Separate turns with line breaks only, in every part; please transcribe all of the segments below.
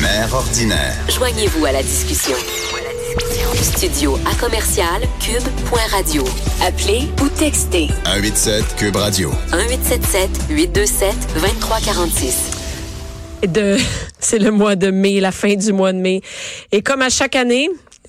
Mère ordinaire.
Joignez-vous à la discussion. Studio à commercial cube.radio. Appelez ou textez
187 Cube Radio.
1877 827 2346.
de c'est le mois de mai, la fin du mois de mai. Et comme à chaque année,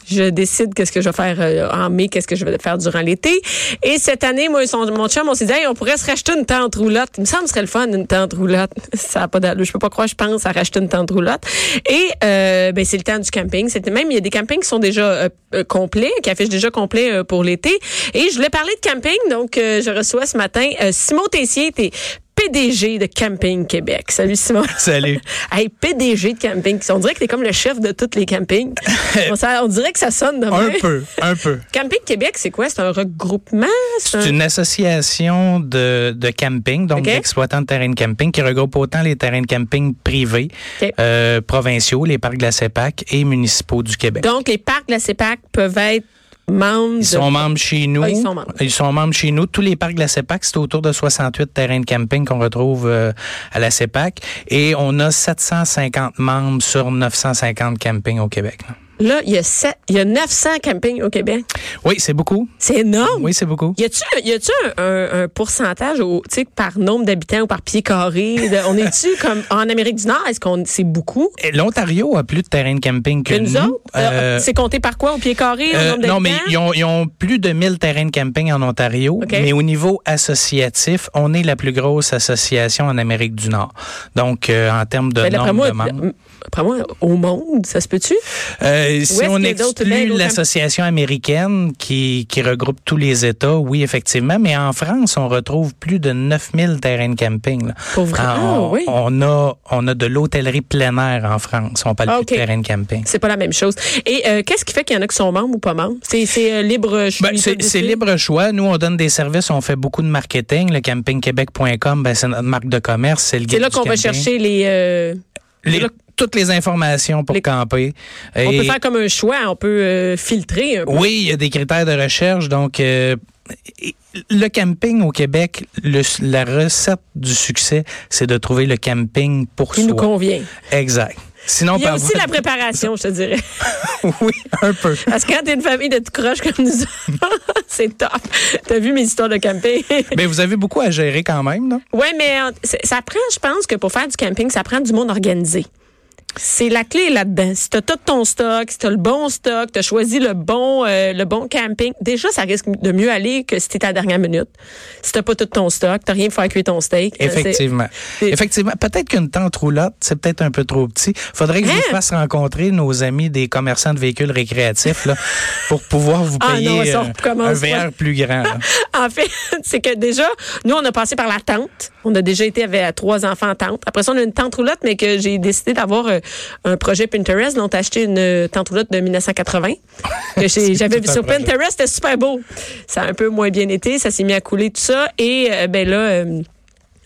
je décide qu'est-ce que je vais faire euh, en mai, qu'est-ce que je vais faire durant l'été. Et cette année, moi et son- mon chum, on s'est dit, Hey, on pourrait se racheter une tente roulotte. Il me semble que ce serait le fun, une tente roulotte. Ça a pas d'allure. Je peux pas croire, je pense, à racheter une tente roulotte. Et euh, ben, c'est le temps du camping. C'était même, il y a des campings qui sont déjà euh, euh, complets, qui affichent déjà complet euh, pour l'été. Et je voulais parler de camping, donc euh, je reçois ce matin euh, Simon Tessier, t'es PDG de Camping Québec. Salut Simon.
Salut.
Hey, PDG de camping. On dirait que t'es comme le chef de tous les campings. on, ça- on dirait que ça sonne de
Un
même.
peu, un peu.
Camping Québec, c'est quoi? C'est un regroupement? C'est
C'est
un-
une association de, de camping, donc
OK.
d'exploitants de terrains de camping, qui regroupe autant les terrains de camping privés,
OK.
euh, provinciaux, les parcs de la CEPAC et municipaux du Québec.
Donc, les parcs de la CEPAC peuvent être membres
ils
de...
sont membres chez nous.
Ah, ils sont membres.
Ils sont membres chez nous. Tous les parcs de la CEPAC, c'est autour de 68 terrains de camping qu'on retrouve euh, à la CEPAC. Et on a 750 membres sur 950 campings au Québec. là.
Là, il y, a sept- il y a 900 campings au Québec.
Oui, c'est beaucoup.
C'est énorme!
Oui, c'est beaucoup.
Y a-tu y a-tu un, un- un pourcentage au, tu sais, par nombre d'habitants ou par pied carré? De- on est-tu comme en Amérique du Nord? Est-ce qu'on c'est beaucoup?
Et L'Ontario a plus de terrains de camping que
Que nous autres?
Euh,
Euh, c'est compté par quoi au pied carré? au
Euh,
nombre
non, mais
d'habitants?
ils ont, ils ont plus de 1000 terrains de camping en Ontario,
OK.
mais au niveau associatif, on est la plus grosse association en Amérique du Nord. Donc, euh, en termes de
Ben, d'après
nombre
moi,
de membres.
d'après moi, au monde, ça se peut-tu?
Euh,
est-ce
si on
qu'il y a d'autres
exclut
belles au Cam-
l'association américaine qui, qui regroupe tous les États, oui, effectivement, mais en France, on retrouve plus de 9000 terrains de camping. là.
Pour vrai?
Ah,
Ah,
on,
oui.
on a, on a de l'hôtellerie plein air en France. On parle
Ah,
plus
OK.
de terrains de camping.
C'est pas la même chose. Et euh, qu'est-ce qui fait qu'il y en a qui sont membres ou pas membres? C'est, c'est euh, libre je suis
Ben, c'est
libre de
c'est
décider.
libre choix. Nous, on donne des services, on fait beaucoup de marketing. Le campingquebec.com, ben, c'est notre marque de commerce, c'est le guide
C'est là
du
qu'on va
camping.
chercher les. euh,
Les-
c'est là-
toutes les informations pour
Les-
camper.
on
Et-
peut faire comme un choix, on peut euh, filtrer un peu.
Oui, il y a des critères de recherche. Donc, euh, et- le camping au Québec, le- la recette du succès, c'est de trouver le camping pour
qui
soi.
nous convient.
Exact. Sinon,
Il y
par-
a aussi la préparation, je te dirais.
oui, un peu.
Parce que quand t'es une famille de tout croche comme nous, autres, c'est top. T'as vu mes histoires de camping?
Mais vous avez beaucoup à gérer quand même, non?
Oui, mais euh, c'est- ça prend, je pense que pour faire du camping, ça prend du monde organisé. C'est la clé là-dedans. Si t'as tout ton stock, si t'as le bon stock, t'as choisi le bon, euh, le bon camping, déjà, ça risque de mieux aller que si t'es à la dernière minute. Si t'as pas tout ton stock, t'as rien pour faire cuire ton steak. euh, c'est-
Effectivement.
c'est-
Effectivement. Peut-être qu'une tente roulotte, c'est peut-être un peu trop petit. Faudrait que je
Hein?
vous fasse rencontrer nos amis des commerçants de véhicules récréatifs là, pour pouvoir vous
Ah
payer
non, ça, on
euh, un
recommence pas.
VR plus grand. là.
En fait, c'est que déjà, nous, on a passé par la tente. On a déjà été avec trois enfants en tente. Après ça, on a une tente roulotte, mais que j'ai décidé d'avoir euh, un projet Pinterest. Là, on t'a acheté une euh, tente roulotte de 1980. que j'ai- J'avais
tout
vu
un
sur
projet.
Pinterest, c'était super beau. Ça a un peu moins bien été, ça s'est mis à couler tout ça. Et euh, ben là, euh,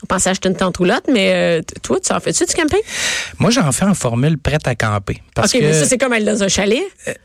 on pensait acheter une tente roulotte, mais euh, t- toi, tu en fais-tu du camping?
Moi, j'en fais en formule prête à camper. Parce
OK,
que
mais ça, c'est comme aller dans un chalet.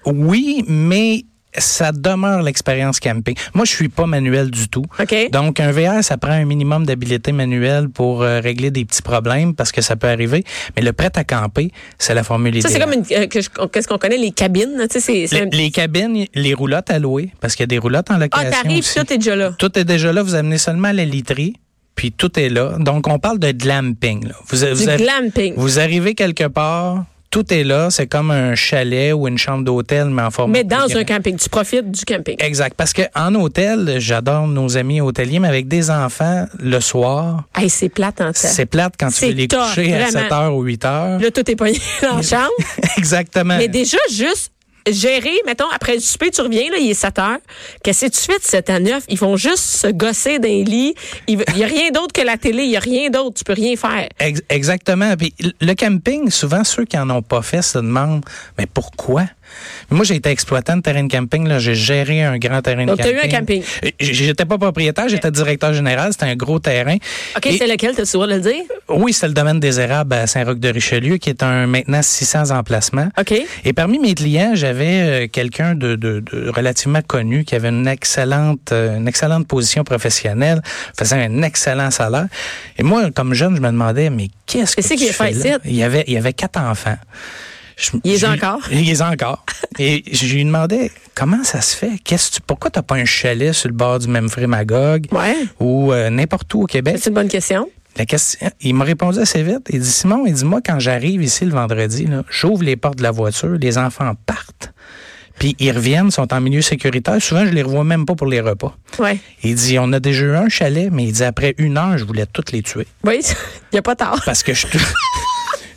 oui, mais ça demeure l'expérience camping. Moi, je suis pas manuel du tout.
OK.
Donc, un VR, ça prend un minimum d'habileté manuelle pour euh, régler des petits problèmes parce que ça peut arriver. Mais le prêt à camper, c'est la formule
ça, c'est
idéale.
comme une, euh, que je- qu'est-ce qu'on connaît, les cabines. là, tu sais, c'est- c'est
Les,
un-
les cabines, les roulottes à louer, parce qu'il y a des roulottes en
Ah,
location.
t'arrives,
aussi.
ça, t'es déjà là.
Tout est déjà là. Vous amenez seulement la literie, puis tout est là. Donc, on parle de glamping. là. Vous,
Du
vous-
glamping.
vous arrivez quelque part, tout est là. C'est comme un chalet ou une chambre d'hôtel, mais en forme.
Mais dans un camping, tu profites du camping.
Exact. Parce qu'en hôtel, j'adore nos amis hôteliers, mais avec des enfants, le soir,
Hey, c'est plate hein, en temps.
c'est plate quand tu
C'est
veux les
tough,
coucher à
vraiment. 7
7h ou 8h.
Là, tout est pogné dans la chambre.
Exactement.
Mais déjà, juste gérer, mettons, après le souper, tu reviens, là, il est 7 heures. Qu'est-ce que tu fais de 7 à 9? Ils vont juste se gosser d'un lit. Il n'y a rien d'autre que la télé. Il n'y a rien d'autre. Tu peux rien faire.
Ex- Exactement. Puis le camping, souvent ceux qui en ont pas fait se demandent mais pourquoi Moi j'ai été exploitant de terrain de camping là, j'ai géré un grand terrain
Donc,
de
t'as
camping.
eu un camping.
J- J'étais pas propriétaire, j'étais directeur général, c'était un gros terrain.
OK,
Et-
c'est lequel, tu as le droit de le dire?
oui, c'est le domaine des érables à Saint-Roch-de-Richelieu, qui est un maintenant 600 emplacements.
OK.
Et parmi mes clients, j'avais euh, quelqu'un de, de- de relativement connu qui avait une excellente, euh, une excellente position professionnelle, faisant un excellent salaire. Et moi, comme jeune, je me demandais, mais qu'est-ce que
Qu'est-ce
tu
qu'il
fais
fait
là?
ici?
Il y avait, il y avait quatre enfants. Je-
Il les a
je-
encore?
Il les a encore. Et je lui demandais comment ça se fait? Qu'est-ce que tu, pourquoi t'as pas un chalet sur le bord du Memphrey Magog?
Ouais.
Ou euh, n'importe où au Québec?
C'est une bonne question.
La question, il m'a répondu assez vite. Il dit Simon, il dit moi quand j'arrive ici le vendredi, là, j'ouvre les portes de la voiture, les enfants partent, puis ils reviennent, sont en milieu sécuritaire. Souvent, je les revois même pas pour les repas.
Ouais.
Il dit on a déjà eu un chalet, mais il dit après une heure, je voulais toutes les tuer
Oui, il n'y a pas tard.
parce que je,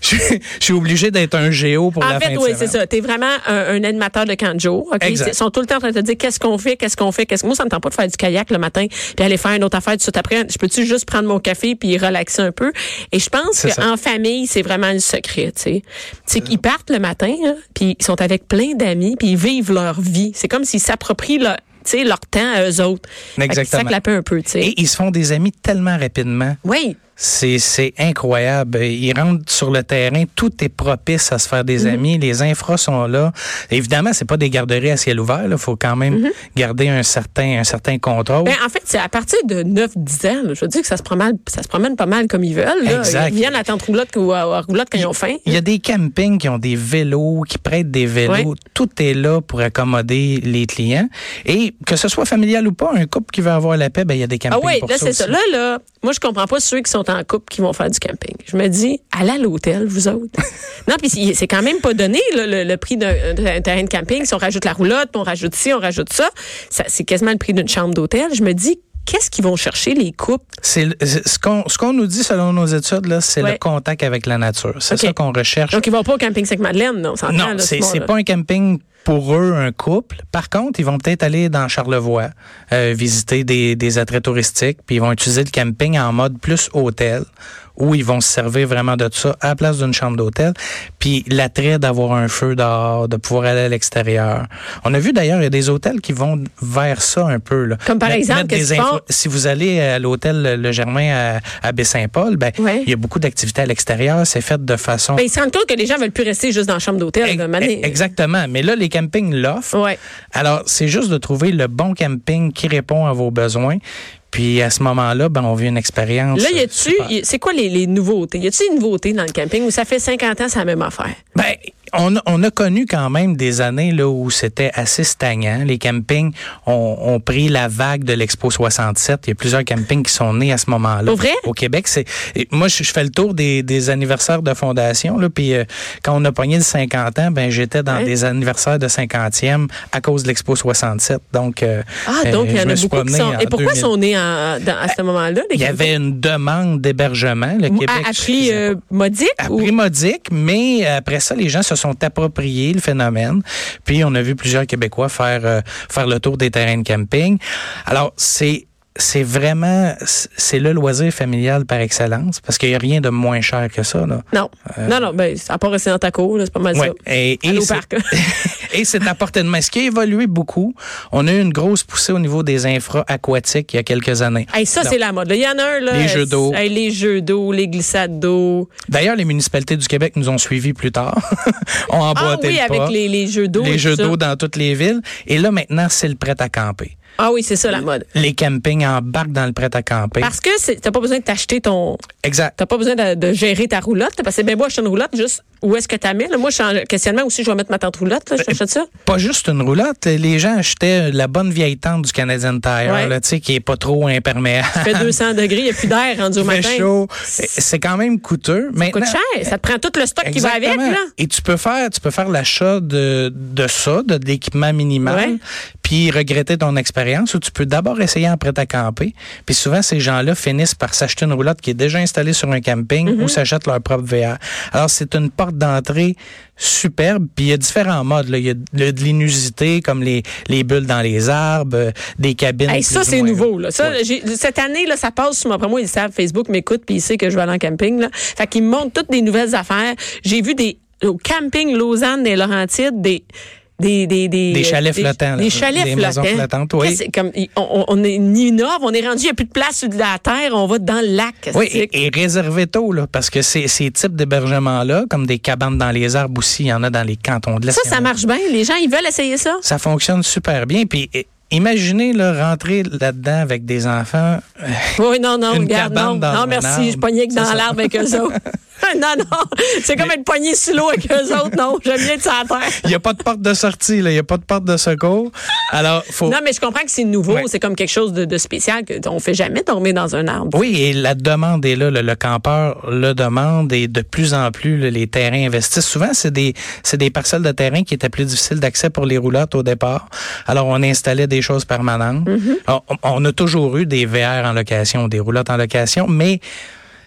je, je suis obligé d'être un géo pour
En
la fin
fait,
de
oui, c'est
semaine.
ça. T'es vraiment un, un animateur de camp de jour. ok?
Exact.
Ils sont tout le temps en train de te dire qu'est-ce qu'on fait, qu'est-ce qu'on fait, qu'est-ce Moi, ça me tente pas de faire du kayak le matin puis aller faire une autre affaire tout de suite après. Je peux-tu juste prendre mon café puis relaxer un peu? Et je pense
C'est ça.
qu'en famille, c'est vraiment le secret, tu sais. C'est qu'ils partent le matin, hein, puis ils sont avec plein d'amis, puis ils vivent leur vie. C'est comme s'ils s'approprient leur, tu sais, leur temps à eux autres. Fait qu'ils
Exactement.
s'acclapent un peu, tu sais.
Et ils se font des amis tellement rapidement.
Oui.
C'est, c'est incroyable. Ils rentrent sur le terrain, tout est propice à se faire
Mhm.
des amis, les infras sont là. Évidemment, c'est pas des garderies à ciel ouvert, il faut quand même garder un certain un certain contrôle.
Mhm. Ben, en fait, c'est à partir de 9-10 ans, là, je veux dire que ça se promène, ça se promène pas mal comme ils veulent. Là.
Exact.
Ils viennent à tente roulotte ou à, à roulotte quand ils ont faim.
il y a des campings qui ont des vélos, qui prêtent des vélos.
Ouais.
Tout est là pour accommoder les clients. Et que ce soit familial ou pas, un couple qui veut avoir la paix, ben, il y a des
Ah
campings
oui,
pour
là,
ça
c'est ça.
aussi.
Là, là, moi, je comprends pas ceux qui sont en couple qui vont faire du camping. Je me dis, allez à l'hôtel, vous autres. non, puis c'est c'est quand même pas donné, là, le, le prix d'un d'un terrain de camping. Si on rajoute la roulotte, puis on rajoute ci, on rajoute ça, ça c'est quasiment le prix d'une chambre d'hôtel. Je me dis, qu'est-ce qu'ils vont chercher, les couples?
C'est le- c'est- ce qu'on ce qu'on nous dit selon nos études là, c'est le
Ouais.
contact avec la nature. C'est
Ok.
ça qu'on recherche.
Donc, ils vont pas au camping Sainte-Madeleine, non? on s'entend,
Non,
là, ce
c'est c'est
monde-là.
pas un camping pour eux, un couple. Par contre, ils vont peut-être aller dans Charlevoix, euh, visiter des, des attraits touristiques, puis ils vont utiliser le camping en mode plus hôtel, où ils vont se servir vraiment de ça à la place d'une chambre d'hôtel. Puis l'attrait d'avoir un feu dehors, de pouvoir aller à l'extérieur. On a vu d'ailleurs, il y a des hôtels qui vont vers ça un peu. Là.
Comme par
Mettre-
exemple,
mettre des
qu'est-ce qu'ils
infos-
font?
si vous allez à l'hôtel Le- Le Germain à, à Baie-Saint-Paul, ben,
Ouais.
il y a beaucoup d'activités à l'extérieur. C'est fait de façon...
Ben, ils se rendent compte que les gens veulent plus rester juste dans la chambre d'hôtel. là, mané.
Exactement. Mais là, les campings l'offrent.
Ouais.
Alors, c'est juste de trouver le bon camping qui répond à vos besoins. Puis à ce moment-là, ben, on vit une expérience.
Là, y
euh,
a-tu,
super.
y- c'est quoi les, les nouveautés? Y a-tu des nouveautés dans le camping où ça fait 50 ans, c'est la même affaire?
Ben, on, a- on a connu quand même des années là, où c'était assez stagnant. Les campings ont, ont pris la vague de l'Expo 67. Il y a plusieurs campings qui sont nés à ce moment-là.
Pour vrai?
Au Québec, c'est et moi je, je fais le tour des, des anniversaires de fondation là, puis euh, quand on a pogné le 50 ans, ben j'étais dans
Ouais.
des anniversaires de 50e à cause de l'Expo 67. Donc euh,
Ah,
euh,
donc il y
je
en
me
a
suis
beaucoup qui
promené
sont.
en
Et pourquoi
2000.
sont nés en- dans- à ce moment-là? les
Il y
Québécois?
avait une demande d'hébergement le Québec.
À, à prix
faisait pas.
euh, modique?
à
ou-
prix modique, mais euh, après ça, les gens se sont appropriés le phénomène. Puis on a vu plusieurs Québécois faire euh, faire le tour des terrains de camping. Alors c'est c'est vraiment c'est le loisir familial par excellence parce qu'il n'y a rien de moins cher que ça là.
Non. non, non, ben, à part rester dans ta cour, là, c'est pas mal
Euh. Ouais.
ça.
Et, et
Aller au
c'est-
parc.
et c'est à portée de main. Ce qui a évolué beaucoup, on a eu une grosse poussée au niveau des infra aquatiques il y a quelques années.
Hey, ça,
Donc,
c'est la mode. là. Il y en a un, là.
Les
euh,
jeux d'eau.
hey, les jeux d'eau, les glissades d'eau.
D'ailleurs, les municipalités du Québec nous ont suivis plus tard. ont
Ah
emboîté
oui,
le
avec
pas.
les, les jeux d'eau. et
les
tout
jeux
ça.
d'eau dans toutes les villes. Et là, maintenant, c'est le prêt à camper.
Ah oui, c'est ça, la mode.
Les campings embarquent dans le prêt à camper.
Parce que c'est- t'as pas besoin de t'acheter ton.
Exact.
T'as pas besoin de, de gérer ta roulotte. là, Parce que, ben, moi, acheter une roulotte, juste où est-ce que t'as mis? Là, moi, je suis en questionnement aussi, je vais mettre ma tente roulotte, là.
Ben,
J'achète ça.
Pas juste une roulotte. Les gens achetaient la bonne vieille tente du Canadian Tire,
Ouais.
là, tu sais, qui est pas trop imperméable.
Fait 200 degrés, il n'y a plus d'air rendu au
Fait
matin.
chaud. C'est quand même coûteux.
Ça coûte cher. Ça te prend tout le stock qui va avec,
Exactement.
là.
Et tu peux faire, tu peux faire l'achat de, de ça, de de l'équipement minimal,
Ouais.
puis regretter ton expérience, ou tu peux d'abord essayer en prêt à camper. Puis souvent, ces gens-là finissent par s'acheter une roulotte qui est déjà installée sur un camping
Mhm.
ou s'achètent leur propre VR. Alors, c'est une porte d'entrée superbe, puis il y a différents modes. là. Il y a de, de l'inusité, comme les, les bulles dans les arbres, euh, des cabines.
Hey, ça,
plus ou
c'est
moins
nouveau.
longues.
Là. Ça,
Ouais.
j'ai- cette année, là, ça passe sous ma promo. Ils savent, Facebook m'écoute, puis ils savent que je vais aller en camping. Là. Fait qu'ils me montrent toutes des nouvelles affaires. J'ai vu des au camping Lausanne des Laurentides, des Des, des, des,
Des chalets
euh,
flottants, là.
Des chalets
Des
flottants.
maisons flottantes, oui.
Qu'est-ce- Comme, y- on, on est ni innove, on est rendu, il n'y a plus de place sur de la terre, on va dans le lac.
Oui,
c'est-
et, et réservez tôt, là, parce que ces, ces types d'hébergements-là, comme des cabanes dans les arbres aussi, il y en a dans les cantons de l'Est.
ça,
il y en
ça
a.
marche bien. Les gens, ils veulent essayer ça.
Ça fonctionne super bien. Puis eh, imaginez là, rentrer là-dedans avec des enfants.
Oui, non, non,
Une
regarde, non.
cabane dans
Non,
un
merci,
arbre.
je pognais que
Ça,
dans
ça-
l'arbre avec eux autres. non, non, c'est comme être pogné sous l'eau avec eux autres, non. J'aime bien être sur la terre.
Il n'y a pas de porte de sortie, là. il n'y a pas de porte de secours. Alors, faut.
Non, mais je comprends que c'est nouveau,
Oh. Ouais.
c'est comme quelque chose de, de spécial qu'on ne fait jamais dormir dans un arbre.
Oui, et la demande est là. Le, le campeur le demande et de plus en plus, là, les terrains investissent. Souvent, c'est des, c'est des parcelles de terrain qui étaient plus difficiles d'accès pour les roulottes au départ. Alors, on installait des choses permanentes. on, on a toujours eu des VR en location, des roulottes en location, mais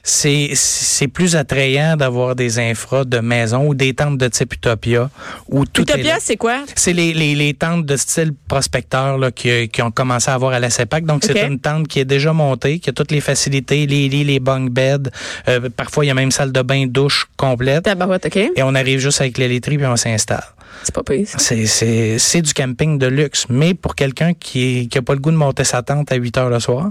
c'est c'est plus attrayant d'avoir des infras de maison ou des tentes de type Utopia où tout est là.
Utopia, c'est quoi?
C'est les, les, les tentes de style prospecteur là, qui, qui ont commencé à avoir à la CEPAC. Donc,
Ok.
c'est une tente qui est déjà montée, qui a toutes les facilités, les lits, les bunk beds. Euh, parfois, il y a même salle de bain, douche complète.
Tabarouette, OK?
Et on arrive juste avec les laiteries, puis on s'installe.
C'est pas pire, ça.
C'est- C'est c'est du camping de luxe. Mais pour quelqu'un qui n'a pas le goût de monter sa tente à 8 heures le soir,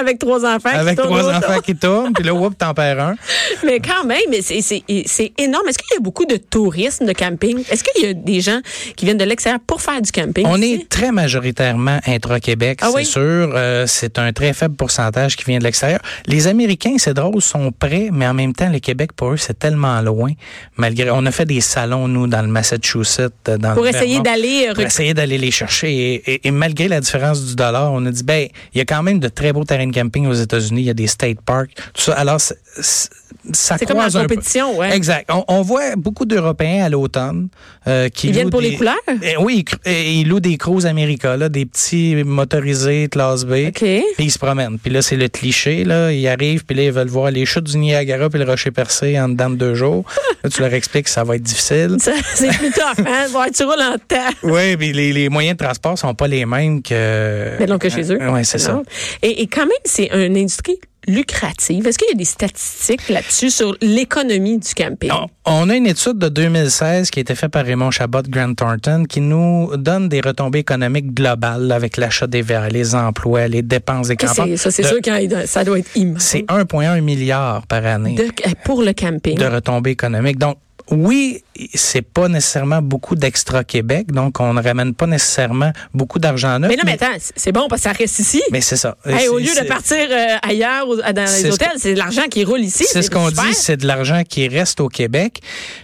Avec trois enfants. qui
avec
tournent
trois
autour.
enfants qui tournent, puis là, whoop, t'en perds un.
Mais quand même, mais c'est- c'est c'est énorme. Est-ce qu'il y a beaucoup de tourisme de camping? Est-ce qu'il y a des gens qui viennent de l'extérieur pour faire du camping?
On
ici?
est très majoritairement intra-Québec,
Ah
c'est
oui?
sûr. Euh, c'est un très faible pourcentage qui vient de l'extérieur. Les Américains, c'est drôle, sont prêts, mais en même temps, le Québec, pour eux, c'est tellement loin. Malgré, on a fait des salons, nous, dans le Massachusetts, euh, dans
Pour
le
essayer
Vermont,
d'aller, euh,
pour
rec-
essayer d'aller les chercher. Et, et- et malgré la différence du dollar, on a dit, ben, il y a quand même de très beaux terrains de camping aux États-Unis. Il y a des state parks, tout ça. Alors, c'est- c'est- ça
C'est comme la
croise un peu.
compétition, ouais.
Exact. On, on voit beaucoup d'Européens à l'automne euh, qui
Ils viennent
louent
pour
des-
les couleurs?
Eh oui, ils cr- eh, ils louent des cruises America, là, des petits motorisés classe B.
OK.
Puis ils se promènent. Puis là, c'est le cliché. Là. Ils arrivent, puis là, ils veulent voir les chutes du Niagara puis le rocher percé en dedans de deux jours. là, tu leur expliques que ça va être difficile.
Ça, C'est plus tough, hein? Ouais, tu roules en temps.
Oui, puis les, les moyens de transport sont pas les mêmes que...
Mais donc, que chez eux.
Oui, c'est ça.
Non. Et, et quand même, c'est une industrie lucrative. Est-ce qu'il y a des statistiques là-dessus sur l'économie du camping?
On- On a une étude de 2016 qui a été faite par Raymond Chabot de Grant Thornton qui nous donne des retombées économiques globales là, avec l'achat des verres, les emplois, les dépenses des
Que c'est-
campagnes.
ça, c'est
De-
sûr que ça doit être immense.
C'est 1,1 milliard par année
De- pour le camping.
de retombées économiques. Donc, oui, c'est pas nécessairement beaucoup d'extra-Québec, donc on ne ramène pas nécessairement beaucoup d'argent neuf.
mais là, mais attends, c'est- c'est bon parce que ça reste ici.
mais c'est ça.
Hey, au
C'est-
lieu de
c'est-
partir euh, ailleurs ou- dans
C'est
les
ce
hôtels, c'est de l'argent qui roule ici.
C'est ce qu'on
super.
dit, c'est de l'argent qui reste au Québec.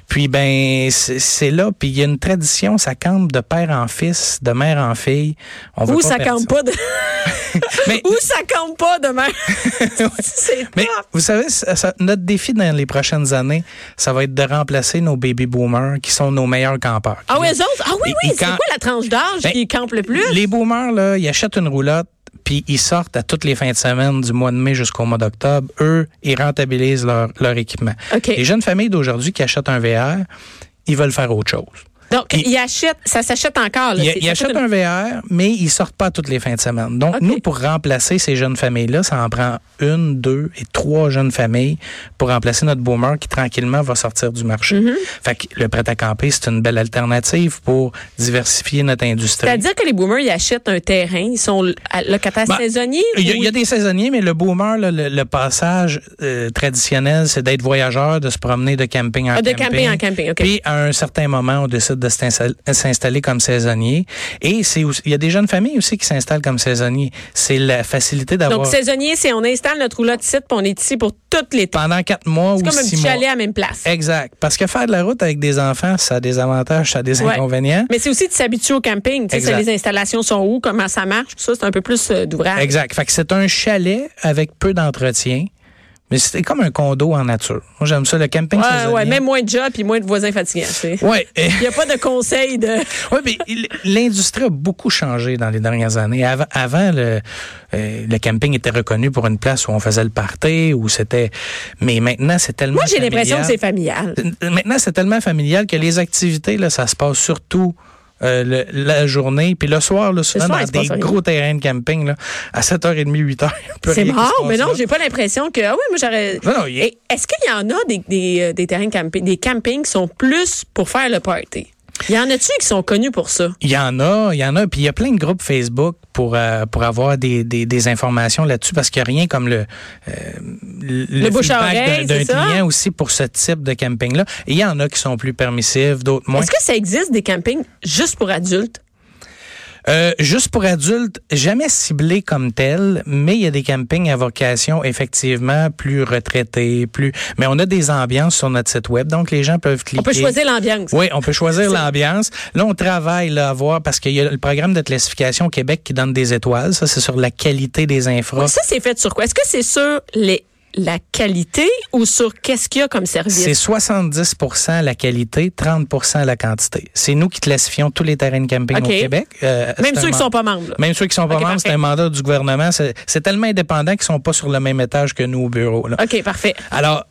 Puis ben c'est c'est là, puis il y a une tradition, ça campe de père en fils, de mère en fille. On veut
Ou
pas
ça
perdre
compte pas de.
Mais-
Ou ça compte pas demain. c'est
Mais
top.
vous savez, ça- ça- notre défi dans les prochaines années, ça va être de remplacer nos baby boomers qui sont nos meilleurs campeurs.
Ah oui, eux autres? Ah oui,
Et-
oui,
et
c'est
quand-
quoi la tranche d'âge
Ben,
qui campe le plus?
Les boomers, là, ils achètent une roulotte, puis ils sortent à toutes les fins de semaine, du mois de mai jusqu'au mois d'octobre. Eux, ils rentabilisent leur, leur équipement.
OK.
Les jeunes familles d'aujourd'hui qui achètent un VR, ils veulent faire autre chose.
Donc,
Puis-
ils achètent, ça s'achète encore. Là.
Ils,
C'est-
ils
ça
achètent
coûte
un VR, mais ils sortent pas toutes les fins de semaine. Donc,
OK.
nous, pour remplacer ces jeunes familles-là, ça en prend une, deux et trois jeunes familles pour remplacer notre boomer qui, tranquillement, va sortir du marché.
Mhm.
Fait que le prêt-à-camper, c'est une belle alternative pour diversifier notre industrie.
C'est-à-dire que les boomers, ils achètent un terrain, ils sont l- à- locataires
Ben,
saisonniers.
Il y, a-
ou-
il y a des saisonniers, mais le boomer, là, le, le passage euh, traditionnel, c'est d'être voyageur, de se promener de camping en
Ah, de
camping.
camping en camping, OK.
Puis, à un certain moment, on décide de s'install- s'installer comme saisonnier. Et c'est aussi- il y a des jeunes familles aussi qui s'installent comme saisonniers. C'est la facilité d'avoir...
Donc, saisonnier, c'est on installe notre roulotte ici, puis on est ici pour toutes les temps.
pendant quatre mois ou
C'est comme un
six
petit
mois.
chalet à la même place.
Exact. Parce que faire de la route avec des enfants, ça a des avantages, ça a des
Ouais.
inconvénients.
Mais c'est aussi de s'habituer au camping. Tu sais,
Exact.
ça, les installations sont où, comment ça marche, tout ça, c'est un peu plus euh, d'ouvrage.
Exact. Fait que c'est un chalet avec peu d'entretien. Mais c'est comme un condo en nature. Moi, j'aime ça, le camping
Ouais,
saisonnier.
ouais, même moins de jobs puis moins de voisins fatigants. tu sais.
Ouais, eh. et-
Il n'y a pas de conseil de.
Oui, mais il- l'industrie a beaucoup changé dans les dernières années. Avant, avant, le, euh, le camping était reconnu pour une place où on faisait le party, où c'était. Mais maintenant, c'est tellement.
Moi, j'ai l'impression que c'est
familial.
familial.
Maintenant, c'est tellement familial que les activités, là, ça se passe surtout. euh, le- la journée, puis le soir, là, souvent
soir, il se
dans
passe
des
rien.
gros terrains de camping, là, à 7h30, 8h. il y a plus
C'est
rien qui se
marrant, mais
passe
non,
là.
j'ai pas l'impression que. Ah oui, moi, j'aurais. Eh,
Non, non, il y a-
Et Est-ce qu'il y en a des, des, euh, des terrains de camping, des campings qui sont plus pour faire le party? Il y en a-tu qui sont connus pour ça?
Il y en a, il y en a, puis il y a plein de groupes Facebook pour euh, pour avoir des, des, des informations là-dessus parce qu'il n'y a rien comme le euh, le,
bouche à
feedback
oreille,
d'un
c'est ça?
d'un client aussi pour ce type de camping là. Et il y en a qui sont plus permissifs, d'autres moins.
Est-ce que ça existe des campings juste pour adultes?
Euh, juste pour adultes, jamais ciblé comme tel, mais il y a des campings à vocation effectivement plus retraités, plus. Mais on a des ambiances sur notre site web, donc les gens peuvent cliquer.
On peut choisir l'ambiance.
Oui, on peut choisir l'ambiance. Là, on travaille là, à voir parce qu'il y a le programme de classification au Québec qui donne des étoiles. Ça, c'est sur la qualité des infras.
Ça, c'est fait sur quoi? Est-ce que c'est sur les, la qualité ou sur qu'est-ce qu'il y a comme
c'est
service?
70 la qualité, 30 la quantité. C'est nous qui classifions tous les terrains de camping
OK.
au Québec. Euh,
Même
c'est un
ceux qui
man-
sont pas membres. là.
Même ceux qui sont pas
OK,
membres, c'est
parfait.
un mandat du gouvernement. C'est c'est tellement indépendant qu'ils sont pas sur le même étage que nous au bureau. là.
OK, parfait.
Alors,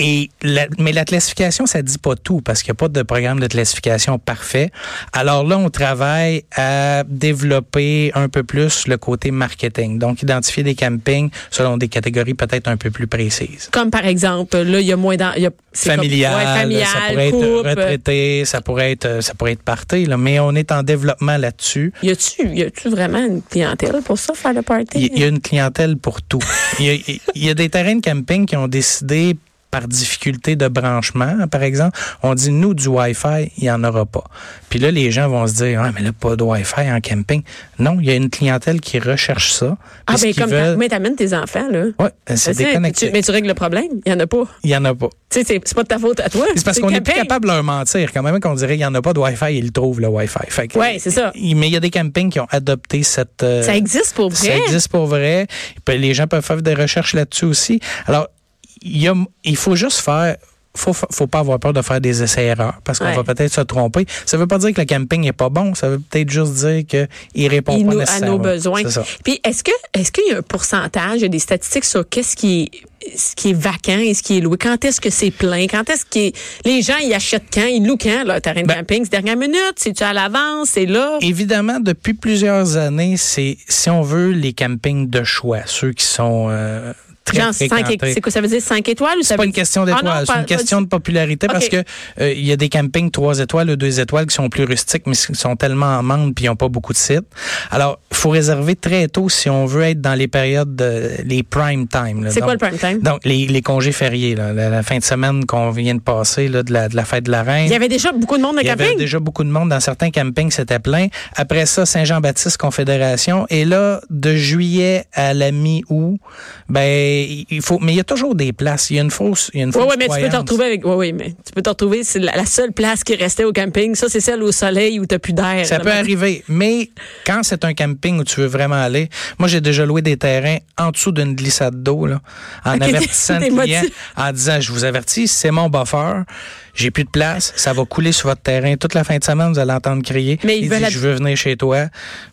et la- mais la classification, ça dit pas tout parce qu'il n'y a pas de programme de classification parfait. Alors là, on travaille à développer un peu plus le côté marketing. Donc, identifier des campings selon des catégories peut-être un peu plus précises.
Comme par exemple, là, il y a moins d'en- il y a- c'est comme-
Familial,
ouais,
ça
familial,
pourrait
couple.
être retraité, ça pourrait être, ça pourrait être party, là. mais on est en développement là-dessus.
Y a-tu, y a-tu vraiment une clientèle pour ça, faire le
Il
party?
y- il y a une clientèle pour tout. Il y, a- il y a des terrains de camping qui ont décidé par difficulté de branchement, par exemple, on dit nous du Wi-Fi, il n'y en aura pas. Puis là, les gens vont se dire, ah mais là pas de Wi-Fi en camping. Non, il y a une clientèle qui recherche ça.
ah,
puis ce
ben,
qu'ils
comme,
veulent-
mais t'amènes tes enfants, là.
Ouais, ben, c'est
Vas-y,
déconnecté.
tu- mais tu règles le problème? Il y en a pas.
Il y en a pas.
Tu sais, c'est c'est pas de ta faute à toi.
C'est parce qu'on
le
est plus
camping.
capable de leur mentir. Quand même, qu'on dirait il n'y en a pas de Wi-Fi, ils le trouvent, le Wi-Fi. Fait que-
Ouais, c'est ça.
Il- Mais il y a des campings qui ont adopté cette... euh,
Ça existe pour vrai?
Ça existe pour vrai. Puis Les gens peuvent faire des recherches là-dessus aussi. Alors, il, y a- il faut juste faire. Faut, faut pas avoir peur de faire des essais-erreurs parce qu'on
Ouais.
va peut-être se tromper. Ça veut pas dire que le camping est pas bon. Ça veut peut-être juste dire qu'il répond
Il
pas
nous- à
nécessairement.
nos besoins.
C'est ça.
Puis est-ce que est-ce qu'il y a un pourcentage, il y a des statistiques sur qu'est-ce qui est ce qui est vacant et ce qui est loué? Quand est-ce que c'est plein? Quand est-ce que les gens ils achètent quand? Ils louent quand leur terrain de
Ben-
camping? C'est dernière minute? C'est-tu à l'avance? C'est là?
Évidemment, depuis plusieurs années, c'est si on veut les campings de choix, ceux qui sont euh, très
Genre, cinq-
fréquentés.
c'est quoi? Ça veut dire 5 étoiles? ou ça
C'est pas
veut-
une question
Ah non,
d'étoiles, c'est
pas-
une question
pas-
de popularité
Ok.
parce que euh, il y a des campings trois étoiles ou deux étoiles qui sont plus rustiques mais qui sont tellement en manque puis ils ont pas beaucoup de sites. Alors, faut réserver très tôt si on veut être dans les périodes de, les prime time. là.
C'est quoi le
Donc,
prime time?
Donc les, les congés fériés, là, la, la fin de semaine qu'on vient de passer là, de la de la fête de la reine.
Il y avait déjà beaucoup de monde de
Il y avait
camping.
déjà beaucoup de monde dans certains campings, c'était plein. Après ça, Saint-Jean-Baptiste Confédération. Et là, de juillet à la mi-août, ben il faut. Mais il y a toujours des places. Il y a une fausse. Il y a une
Oui,
fausse
oui, mais tu peux te
croyance.
retrouver avec. Oui, oui, mais tu peux te retrouver. C'est la, la seule place qui restait au camping. Ça, c'est celle au soleil où t'as plus d'air.
Ça
Le
peut
matin.
arriver, mais quand c'est un camping où tu veux vraiment aller, moi j'ai déjà loué des terrains en dessous d'une glissade d'eau, là, en
Ok,
avertissant
t'es
le client,
motivé.
en disant je vous avertis, c'est mon buffer, j'ai plus de place, ça va couler sur votre terrain toute la fin de semaine, vous allez entendre crier.
Mais ils
il
veulent
dit
la-
je veux venir chez toi,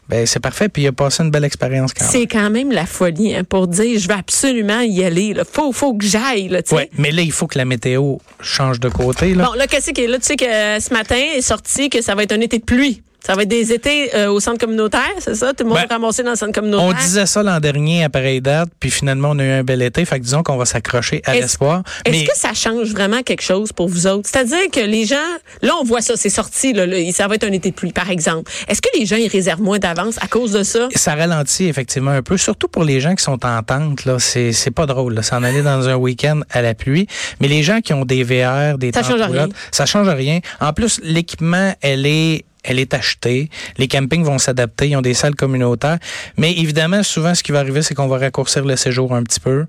ben c'est parfait, puis il a passé une belle expérience quand même.
C'est quand même la folie hein, pour dire je vais absolument y aller. Là. Faut, faut que j'aille. Là, tu sais.
Ouais, mais là il faut que la météo change de côté là.
Bon, là, qu'est-ce qui est là? Tu sais que euh, ce matin est sorti que ça va être un été de pluie. Ça va être des étés euh, au centre communautaire, c'est ça? Tout le monde
Ben,
ramassé dans le centre communautaire.
On disait ça l'an dernier à pareille date, puis finalement on a eu un bel été. Fait que disons qu'on va s'accrocher à
Est-ce-
l'espoir.
Est-ce
mais-
que ça change vraiment quelque chose pour vous autres? C'est-à-dire que les gens, là, on voit ça, c'est sorti, là, là, ça va être un été de pluie, par exemple. Est-ce que les gens, ils réservent moins d'avance à cause de ça?
Ça ralentit effectivement un peu, surtout pour les gens qui sont en tente. Là, c'est c'est pas drôle. là, S'en aller dans un week-end à la pluie, mais les gens qui ont des VR, des
Ça
tentes
change rien.
roulantes, ça change rien. En plus, l'équipement, elle est elle est achetée. Les campings vont s'adapter. Ils ont des salles communautaires. Mais évidemment, souvent, ce qui va arriver, c'est qu'on va raccourcir le séjour un petit peu.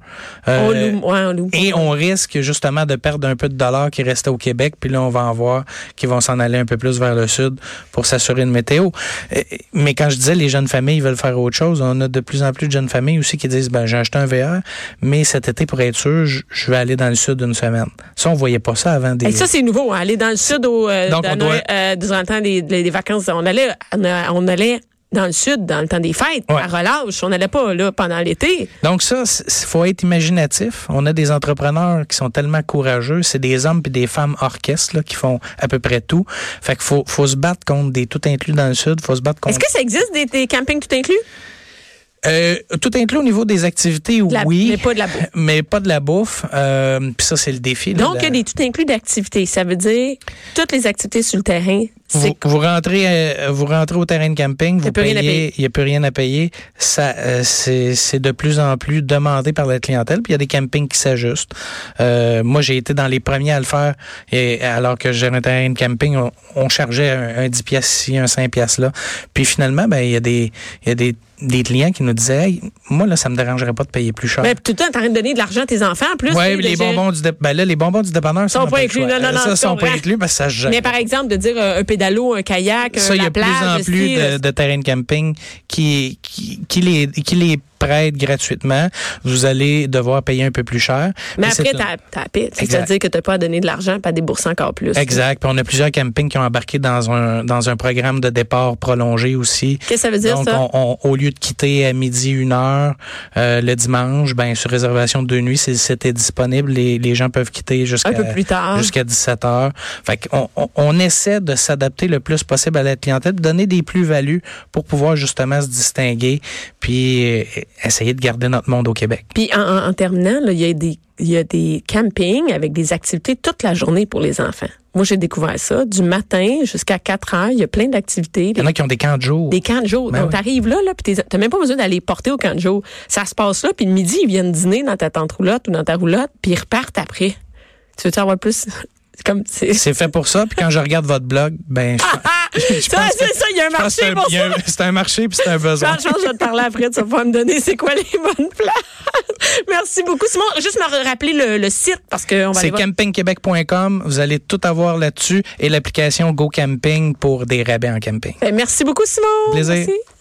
on
Euh,
loue, ouais, on loue.
et on risque justement de perdre un peu de dollars qui restaient au Québec, puis là on va en voir qui vont s'en aller un peu plus vers le sud pour s'assurer une météo. Euh, Mais quand je disais les jeunes familles veulent faire autre chose, on a de plus en plus de jeunes familles aussi qui disent ben j'ai acheté un VR, mais cet été pour être sûr, je- je vais aller dans le sud une semaine. Ça on voyait pas ça avant des
Et ça, c'est nouveau. hein. Aller dans le sud au, euh,
Donc,
dans
on doit-
Noël, euh, durant le temps des, des- des vacances, on allait, on, a- on allait dans le sud dans le temps des fêtes,
Ouais.
à relâche. On n'allait pas là pendant l'été.
Donc ça, il faut être imaginatif. On a des entrepreneurs qui sont tellement courageux. C'est des hommes et des femmes orchestres là, qui font à peu près tout. Fait qu'il faut, faut se battre contre des tout inclus dans le sud. faut se battre contre
Est-ce que ça existe des, des campings tout inclus?
Euh, tout inclus au niveau des activités,
la-
oui.
mais pas de la bouffe.
Mais pas de la bouffe. Euh, Puis ça, c'est le défi. là,
Donc,
de-
il y a des tout inclus d'activités. Ça veut dire toutes les activités sur le terrain. C'est
Vous, hein. vous rentrez, euh, vous rentrez au terrain de camping, vous
plus rien à
payez,
payer.
il n'y a plus rien à payer. Ça, euh, c'est c'est de plus en plus demandé par la clientèle. Puis il y a des campings qui s'ajustent. Euh, moi, j'ai été dans les premiers à le faire. Et alors que j'ai un terrain de camping, on, on chargeait un, un 10 pièces ici, un 5 pièces là. Puis finalement, ben il y a des, il y a des, des clients qui nous disaient, Hey, moi là, ça me dérangerait pas de payer plus cher.
Mais tout le temps, t'es en train de donner de l'argent à tes enfants. En plus,
Ouais,
tu sais,
les
déjà-
bonbons du dé- ben là, les bonbons du dépanneur ça,
Sont
on a
pas
le
inclus.
choix.
Non, non, non,
ça,
tu
sont pas
comprends.
inclus parce que ça se gère.
Mais par exemple, de dire euh, un pédalo, un kayak,
Ça,
euh,
il y
la
a de
plage, euh,
plus en
le
plus
ski,
de,
le-
de terrains de camping qui, qui, qui les, qui les prêtent gratuitement. Vous allez devoir payer un peu plus cher.
Mais
c'est
après,
une-
t'as t'as la paix.
Exact.
C'est-à-dire que t'as pas à donner de l'argent pas à débourser encore plus.
Exact. Puis on a plusieurs campings qui ont embarqué dans un, dans un programme de départ prolongé aussi.
Qu'est-ce que ça veut dire,
Donc,
ça?
on- on- au lieu de quitter à midi, une heure euh, le dimanche, ben sur réservation de deux nuits, si c'était disponible, les, les gens peuvent quitter jusqu'à
Un peu plus tard.
jusqu'à 17 heures. Fait qu'on on, on essaie de s'adapter le plus possible à la clientèle, de donner des plus-values pour pouvoir justement se distinguer, puis euh, essayer de garder notre monde au Québec.
Puis en, en- en terminant, là, il y a des il y a des campings avec des activités toute la journée pour les enfants. Moi, j'ai découvert ça. Du matin jusqu'à 4 heures, il y a plein d'activités.
Il y en a qui ont des camps de jour.
Des camps de jour.
Ben
Donc,
oui.
t'arrives là, là, puis t'es- t'as même pas besoin d'aller porter au camp de jour. Ça se passe là, puis le midi, ils viennent dîner dans ta tente roulotte ou dans ta roulotte, puis ils repartent après. Tu veux-tu avoir plus? C'est Comme, c'est,
C'est fait pour ça. Puis quand je regarde votre blog, ben je, je
Ah! Ça,
pense que-
c'est ça, il y a un
je pense que
marché
c'est un-
pour
il y a
ça.
un- C'est un marché puis c'est un besoin.
Franchement, je vais te parler après, tu vas pouvoir me donner c'est quoi les bonnes places. Merci beaucoup. Simon, juste me rappeler le, le site parce qu'on va aller
C'est
voir.
campingquebec.com. Vous allez tout avoir là-dessus et l'application Go Camping pour des rabais en camping.
Ben, Merci beaucoup, Simon.
Plaisir.
Merci.